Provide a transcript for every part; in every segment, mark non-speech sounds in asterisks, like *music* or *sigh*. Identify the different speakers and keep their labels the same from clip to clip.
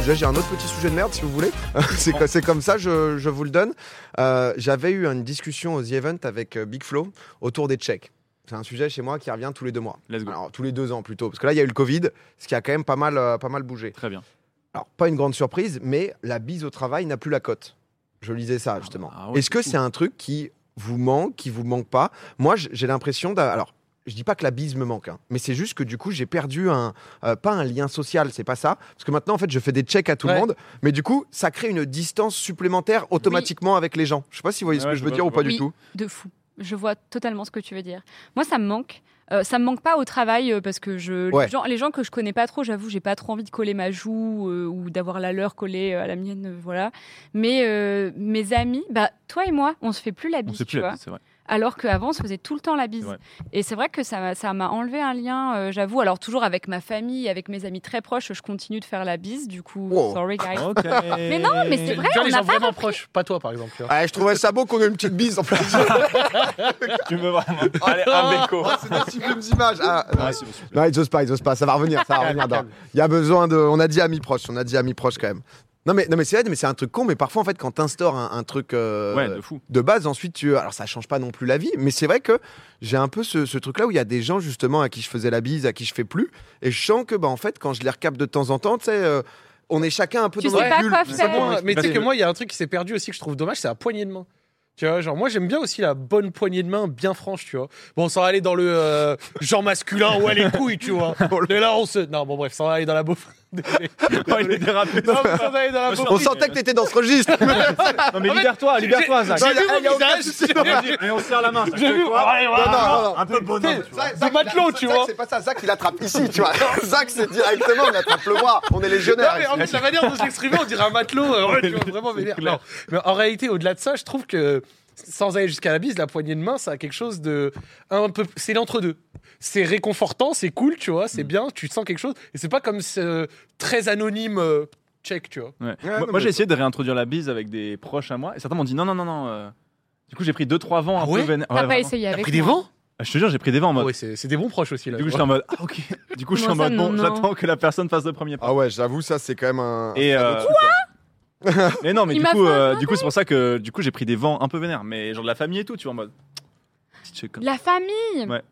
Speaker 1: Déjà, j'ai un autre petit sujet de merde, si vous voulez. *laughs* c'est, co- c'est comme ça, je, je vous le donne. Euh, j'avais eu une discussion aux The Event avec euh, Big Flo autour des checks. C'est un sujet chez moi qui revient tous les deux mois.
Speaker 2: Let's go.
Speaker 1: Alors, tous les deux ans plutôt. Parce que là, il y a eu le Covid, ce qui a quand même pas mal, euh, pas mal bougé.
Speaker 2: Très bien.
Speaker 1: Alors, pas une grande surprise, mais la bise au travail n'a plus la cote. Je lisais ça, justement.
Speaker 2: bah, ah ouais,
Speaker 1: Est-ce que
Speaker 2: c'est
Speaker 1: c'est un truc qui vous manque, qui vous manque pas Moi, j- j'ai l'impression d'a- Alors, je dis pas que la bise me manque, hein, mais c'est juste que du coup, j'ai perdu un. euh, pas un lien social, c'est pas ça. Parce que maintenant, en fait, je fais des checks à tout le
Speaker 3: Ouais.
Speaker 1: monde, mais du coup, ça crée une distance supplémentaire automatiquement avec les gens. Je sais pas si vous voyez ce
Speaker 2: Ouais,
Speaker 1: que
Speaker 2: je
Speaker 1: je veux
Speaker 2: vois,
Speaker 1: dire
Speaker 2: je
Speaker 1: ou pas
Speaker 2: vois.
Speaker 1: du
Speaker 3: Oui.
Speaker 1: tout.
Speaker 3: de fou. Je vois totalement ce que tu veux dire. Moi, ça me manque. Euh, ça me manque pas au travail euh, parce que je,
Speaker 1: Ouais.
Speaker 3: les, gens, les gens que je connais pas trop, j'avoue, j'ai pas trop envie de coller ma joue euh, ou d'avoir la leur collée euh, à la mienne, euh, voilà. Mais euh, mes amis, bah toi et moi, on se fait plus la
Speaker 2: On
Speaker 3: bise,
Speaker 2: sait
Speaker 3: tu
Speaker 2: plus
Speaker 3: vois.
Speaker 2: la c'est vrai.
Speaker 3: Alors qu'avant, on se faisait tout le temps la bise.
Speaker 2: C'est vrai.
Speaker 3: Et c'est vrai que ça m'a- ça m'a enlevé un lien, euh, j'avoue. Alors toujours avec ma famille, avec mes amis très proches, je continue de faire la bise. Du coup,
Speaker 1: Wow.
Speaker 3: sorry guys.
Speaker 2: Ok. *laughs* mais
Speaker 3: non, mais c'est vrai.
Speaker 4: tu vois,
Speaker 3: on
Speaker 4: les
Speaker 3: n'a
Speaker 4: gens
Speaker 3: pas
Speaker 4: vraiment proches, pas toi par exemple. tu vois.
Speaker 1: Ah, je trouvais ça beau qu'on ait une petite bise en
Speaker 2: *laughs*
Speaker 1: fait.
Speaker 2: Tu veux vraiment. Allez, un béco.
Speaker 1: Ah, c'est des sublimes images. Ah, non.
Speaker 2: Ah, s'il vous plaît.
Speaker 1: Non, ils osent pas, ils osent pas. Ça va revenir,
Speaker 2: Ah,
Speaker 1: ça va revenir. dans- Il y a besoin de. On a dit amis proches, on a dit amis proches quand même. Non mais, non mais c'est vrai, mais c'est un truc con, mais parfois en fait quand t'instaures un, un truc euh,
Speaker 2: Ouais, de fou.
Speaker 1: de base, ensuite tu... Alors ça change pas non plus la vie, mais c'est vrai que j'ai un peu ce, ce truc-là où il y a des gens justement à qui je faisais la bise, à qui je fais plus, et je sens que bah, en fait quand je les recapte de temps en temps, tu sais, euh, on est chacun un peu
Speaker 3: Tu
Speaker 1: dans
Speaker 3: sais
Speaker 1: notre
Speaker 3: pas
Speaker 1: bulle.
Speaker 3: quoi
Speaker 1: C'est
Speaker 3: faire.
Speaker 1: bon,
Speaker 4: Moi,
Speaker 1: ouais.
Speaker 4: Ah, mais tu sais
Speaker 2: Parce
Speaker 4: que
Speaker 2: que-
Speaker 4: moi, il y a un truc qui s'est perdu aussi que je trouve dommage, c'est la poignée de main. Tu vois, genre moi j'aime bien aussi la bonne poignée de main bien franche, tu vois. Bon, sans aller dans le euh, genre masculin ou à les couilles, tu *laughs* vois. Mais là on se Non, bon bref, sans aller dans la bouffe. Désolé.
Speaker 2: Oh, il est dérapé.
Speaker 4: Non, mais sans aller dans la
Speaker 2: On
Speaker 4: bouffe.
Speaker 1: On sentait que t'étais dans ce
Speaker 4: *laughs*
Speaker 1: registre.
Speaker 2: Non, mais libère-toi, libère-toi, Zach.
Speaker 4: J'ai
Speaker 1: Non,
Speaker 4: vu
Speaker 1: y a-
Speaker 4: mon
Speaker 1: y a aucun
Speaker 4: visage,
Speaker 1: souci.
Speaker 4: j'ai vu-
Speaker 2: Et on se serre la main. Zach.
Speaker 4: j'ai vu. Allez,
Speaker 1: Non,
Speaker 4: voilà.
Speaker 1: non, non.
Speaker 2: Un peu de bonhomme, tu vois.
Speaker 1: Zach,
Speaker 4: Du
Speaker 1: Zach,
Speaker 4: matelot,
Speaker 1: Zach,
Speaker 4: tu
Speaker 1: Zach,
Speaker 4: vois.
Speaker 1: C'est pas ça, Zach il attrape ici, tu vois. *laughs* Zach c'est directement, il attrape le bras. On est légionnaires.
Speaker 4: Non, mais
Speaker 1: ici.
Speaker 4: en plus, la manière dont s'exprimer, on dirait un matelot. euh, ouais, tu vois, vraiment vénère.
Speaker 2: clair.
Speaker 4: Non. Mais en réalité, au-delà de ça, je trouve que sans aller jusqu'à la bise, la poignée de main, ça a quelque chose de un peu. C'est l'entre-deux. C'est réconfortant, c'est cool, tu vois, c'est bien, tu sens quelque chose. Et c'est pas comme ce très anonyme euh, check, tu vois.
Speaker 2: Ouais.
Speaker 1: non,
Speaker 2: Moi, moi,
Speaker 1: mais-
Speaker 2: j'ai essayé de réintroduire la bise avec des proches à moi. Et certains m'ont dit non, non, non, non. euh. Du coup, j'ai pris 2-3 vents un
Speaker 4: Ah ouais
Speaker 2: peu vénère.
Speaker 3: T'as
Speaker 2: Ouais,
Speaker 3: pas
Speaker 2: vraiment. Ah,
Speaker 3: essayé avec
Speaker 4: pris des
Speaker 3: moi.
Speaker 4: vents
Speaker 2: Je te jure, j'ai pris des vents en mode.
Speaker 4: Oui, Ah c'est c'est des bons proches aussi là.
Speaker 2: Du coup,
Speaker 4: tu
Speaker 2: j'étais en mode. Ah, ok. Du coup, je suis en
Speaker 3: Comment ça,
Speaker 2: mode. Bon,
Speaker 3: non, non
Speaker 2: j'attends que la personne fasse le premier pas.
Speaker 1: Ah ouais, j'avoue, ça c'est quand même un.
Speaker 2: Et
Speaker 1: un
Speaker 2: euh,
Speaker 1: autre truc, quoi.
Speaker 2: *laughs* Mais non, mais
Speaker 3: Il
Speaker 2: du
Speaker 3: m'a
Speaker 2: coup,
Speaker 3: fait un
Speaker 2: euh, du coup, c'est pour ça que du coup, j'ai pris des vents un peu vénères, mais genre de la famille et tout, tu vois, en mode. Petit check, comme-
Speaker 3: La famille.
Speaker 2: Ouais.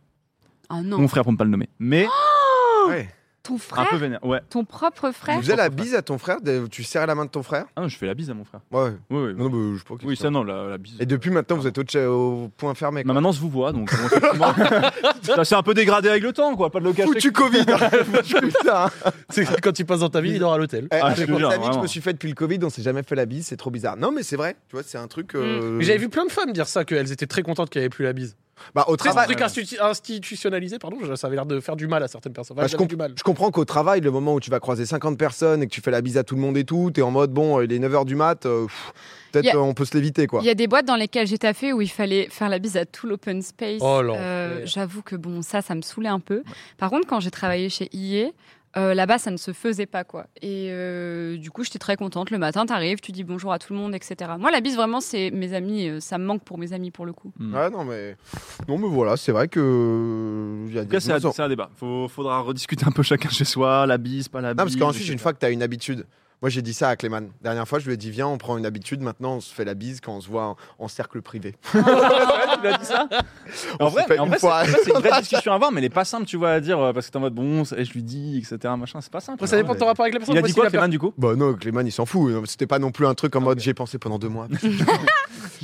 Speaker 3: Oh non.
Speaker 2: Mon frère pour ne pas le nommer, mais
Speaker 4: Oh,
Speaker 1: Ouais.
Speaker 3: Ton
Speaker 2: un peu
Speaker 3: frère,
Speaker 2: vénère. Ouais.
Speaker 3: ton propre
Speaker 1: Tu
Speaker 3: frère.
Speaker 1: faisais la bise à ton frère de- Tu serrais la main de ton frère
Speaker 2: Ah non, je fais la bise à mon frère.
Speaker 1: Ouais.
Speaker 2: Oui, oui.
Speaker 1: Non, bah, je sais pas.
Speaker 2: Oui, ça non, la, la bise.
Speaker 1: Et depuis maintenant, vous êtes au, tcha- au point fermé.
Speaker 2: Bah,
Speaker 1: Quoi.
Speaker 2: maintenant, on se vous voit, donc. bon, effectivement, ça s'est un peu dégradé avec le temps, quoi. Pas de le cacher.
Speaker 1: Foutu Covid hein.
Speaker 2: *laughs*
Speaker 1: Putain hein.
Speaker 4: vois. C'est quand il passe dans ta vie, il dort à l'hôtel.
Speaker 1: Eh,
Speaker 2: Ah, je
Speaker 1: Avec
Speaker 2: te
Speaker 1: mon
Speaker 2: jure,
Speaker 1: ami que je
Speaker 2: vraiment.
Speaker 1: me suis fait depuis le Covid, on s'est jamais fait la bise, c'est trop bizarre. Non, mais c'est vrai, tu vois, c'est un truc. euh,
Speaker 4: Mm. Mais J'avais vu plein de femmes dire ça, qu'elles étaient très contentes qu'il n'y avait plus la bise.
Speaker 1: Bah, au
Speaker 4: Très
Speaker 1: travail.
Speaker 4: truc institu- institutionnalisé, pardon, ça avait l'air de faire du mal à certaines personnes. Enfin,
Speaker 1: Bah, je,
Speaker 4: j'avais
Speaker 1: comp-
Speaker 4: du mal.
Speaker 1: je comprends qu'au travail, le moment où tu vas croiser 50 personnes et que tu fais la bise à tout le monde et tout, t'es en mode bon, il est 9h du mat, euh, pff, peut-être
Speaker 3: Y a-
Speaker 1: euh, on peut se l'éviter quoi.
Speaker 3: Il y a des boîtes dans lesquelles j'ai taffé où il fallait faire la bise à tout l'open space.
Speaker 4: Oh, l'enfer.
Speaker 3: Euh, J'avoue que bon, ça, ça me saoulait un peu. Par contre, quand j'ai travaillé chez IE, euh, là-bas, ça ne se faisait pas, quoi. Et euh, du coup, j'étais très contente. Le matin, t'arrives, tu dis bonjour à tout le monde, etc. Moi, la bise, vraiment, c'est mes amis. euh, ça me manque pour mes amis, pour le coup.
Speaker 2: Hmm.
Speaker 1: Ouais, non, mais. Non, mais voilà, c'est vrai que. il Y a
Speaker 2: En tout cas,
Speaker 1: des
Speaker 2: c'est un- c'est un débat. Faut, faudra rediscuter un peu chacun chez soi, la bise, pas la bise.
Speaker 1: Non, parce qu'ensuite,
Speaker 2: etc.
Speaker 1: une fois que tu as une habitude. Moi, j'ai dit ça à Clément. Dernière fois, je lui ai dit, viens, on prend une habitude. Maintenant, on se fait la bise quand on se voit en, en cercle privé.
Speaker 2: tu l'as dit ça
Speaker 1: On
Speaker 2: En
Speaker 1: s'est
Speaker 2: vrai,
Speaker 1: fait
Speaker 2: en
Speaker 1: une
Speaker 2: vrai, c'est
Speaker 1: fois.
Speaker 2: en vrai, c'est une vraie discussion à avoir, mais elle est pas simple, tu vois, à dire, euh, parce que t'es en mode bon, c'est- je lui dis, etc. Machin, c'est pas simple.
Speaker 4: Après, ça dépend de ton rapport avec la personne.
Speaker 2: Il a
Speaker 4: Moi,
Speaker 2: dit
Speaker 4: si
Speaker 2: quoi,
Speaker 4: la per-
Speaker 2: Clément, du coup
Speaker 1: Bah non, Clément, il s'en fout. Non, mais C'était pas non plus un truc en mode, j'ai pensé pendant deux
Speaker 2: *laughs*
Speaker 1: mois. *laughs*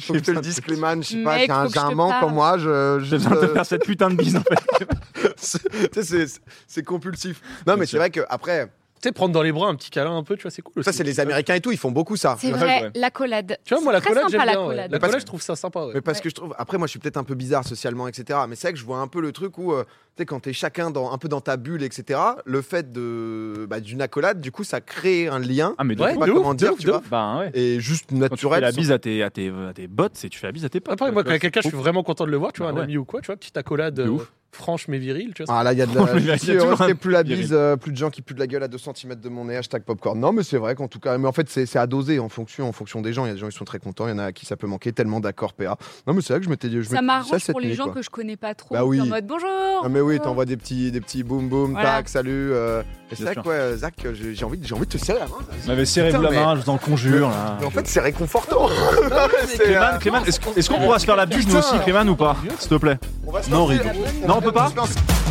Speaker 1: Faut que je te le dise, Clément. Je sais pas,
Speaker 3: Mec,
Speaker 1: j'ai un,
Speaker 3: faut que
Speaker 1: j'ai
Speaker 3: je
Speaker 1: un
Speaker 3: te
Speaker 1: manque en
Speaker 3: parle.
Speaker 1: moi. Je,
Speaker 2: J'ai
Speaker 1: je-
Speaker 2: besoin de te faire cette putain de bise, en fait.
Speaker 1: *laughs* Tu sais, c'est- c'est- c'est compulsif. Non, mais c'est
Speaker 2: sûr.
Speaker 1: vrai que après,
Speaker 4: Tu sais, prendre dans les bras un petit câlin un peu, tu vois, c'est cool.
Speaker 1: ça,
Speaker 4: aussi.
Speaker 1: c'est les Américains et tout, ils font beaucoup ça.
Speaker 3: C'est
Speaker 2: Ouais,
Speaker 3: vrai,
Speaker 2: ouais.
Speaker 3: la collade.
Speaker 4: Tu vois, moi, la
Speaker 3: C'est très
Speaker 4: collade, j'aime
Speaker 3: sympa, la
Speaker 4: bien. ouais.
Speaker 3: collade.
Speaker 4: La collade,
Speaker 1: Parce-
Speaker 4: je trouve ça sympa. ouais.
Speaker 1: Mais parce
Speaker 3: Ouais.
Speaker 1: que je trouve, après moi je suis peut-être un peu bizarre socialement, etc. Mais c'est vrai que je vois un peu le truc où, euh, tu sais, quand t'es chacun dans, un peu dans ta bulle, etc., le fait de bah, d'une accolade, du coup, ça crée un lien.
Speaker 2: Ah, mais de
Speaker 1: Je sais
Speaker 4: Ouais,
Speaker 2: ouf.
Speaker 1: pas
Speaker 4: de ouf,
Speaker 1: comment
Speaker 4: de
Speaker 1: dire,
Speaker 4: ouf,
Speaker 1: tu
Speaker 4: de
Speaker 1: vois.
Speaker 4: ouf.
Speaker 2: Bah ouais.
Speaker 1: Et juste
Speaker 2: Quand tu fais
Speaker 1: naturel.
Speaker 2: la
Speaker 1: sans-
Speaker 2: bise à tes, à tes, à tes bottes, c'est tu fais la bise à tes potes.
Speaker 4: Après, moi, quand quelqu'un, je suis vraiment content de le voir, tu vois,
Speaker 2: Bah
Speaker 4: un
Speaker 2: ouais.
Speaker 4: ami ou quoi, tu vois, petite accolade.
Speaker 2: De
Speaker 4: euh,
Speaker 2: ouf.
Speaker 4: franche mais virile, tu vois.
Speaker 1: Ah là, il y a de
Speaker 2: *laughs* Oh, mais il y
Speaker 1: la.
Speaker 2: a
Speaker 1: Si,
Speaker 2: toujours
Speaker 1: heureux qu'il y ait
Speaker 2: un
Speaker 1: plus la
Speaker 2: viril.
Speaker 1: bise, euh, plus de gens qui puent de la gueule à 2 cm de mon nez, hashtag popcorn. Non, mais c'est vrai qu'en tout cas, mais en fait, c'est c'est à doser en fonction, en fonction des gens. Il y a des gens qui sont très contents, il y en a à qui ça peut manquer, tellement d'accord, PA. Non, mais c'est vrai que je m'étais dit. je m'étais
Speaker 3: Ça
Speaker 1: dit
Speaker 3: m'arrange
Speaker 1: cette
Speaker 3: pour les
Speaker 1: nuit,
Speaker 3: gens
Speaker 1: quoi.
Speaker 3: que je connais pas trop.
Speaker 1: Bah oui.
Speaker 3: En mode bonjour.
Speaker 1: Ah mais oui,
Speaker 3: bonjour.
Speaker 1: t'envoies des petits, des petits boum boum,
Speaker 3: Voilà.
Speaker 1: tac, salut. euh, et c'est
Speaker 2: Bien
Speaker 1: vrai que ouais, Zach, euh, j'ai j'ai envie, de- j'ai envie de te serrer la main. Zach.
Speaker 2: M'avez serré-vous
Speaker 1: Putain,
Speaker 2: la main, je vous en conjure là.
Speaker 1: Mais en fait, c'est réconfortant. *laughs* C'est,
Speaker 2: Clément,
Speaker 1: euh,
Speaker 2: Clément, est-ce est-ce qu'on pourra se faire la bûche nous aussi, Clément ou pas S'il te plaît.
Speaker 1: on va se
Speaker 2: Non,
Speaker 1: lancer.
Speaker 2: Rido. Non, on peut
Speaker 1: va se
Speaker 2: pas
Speaker 1: lancer.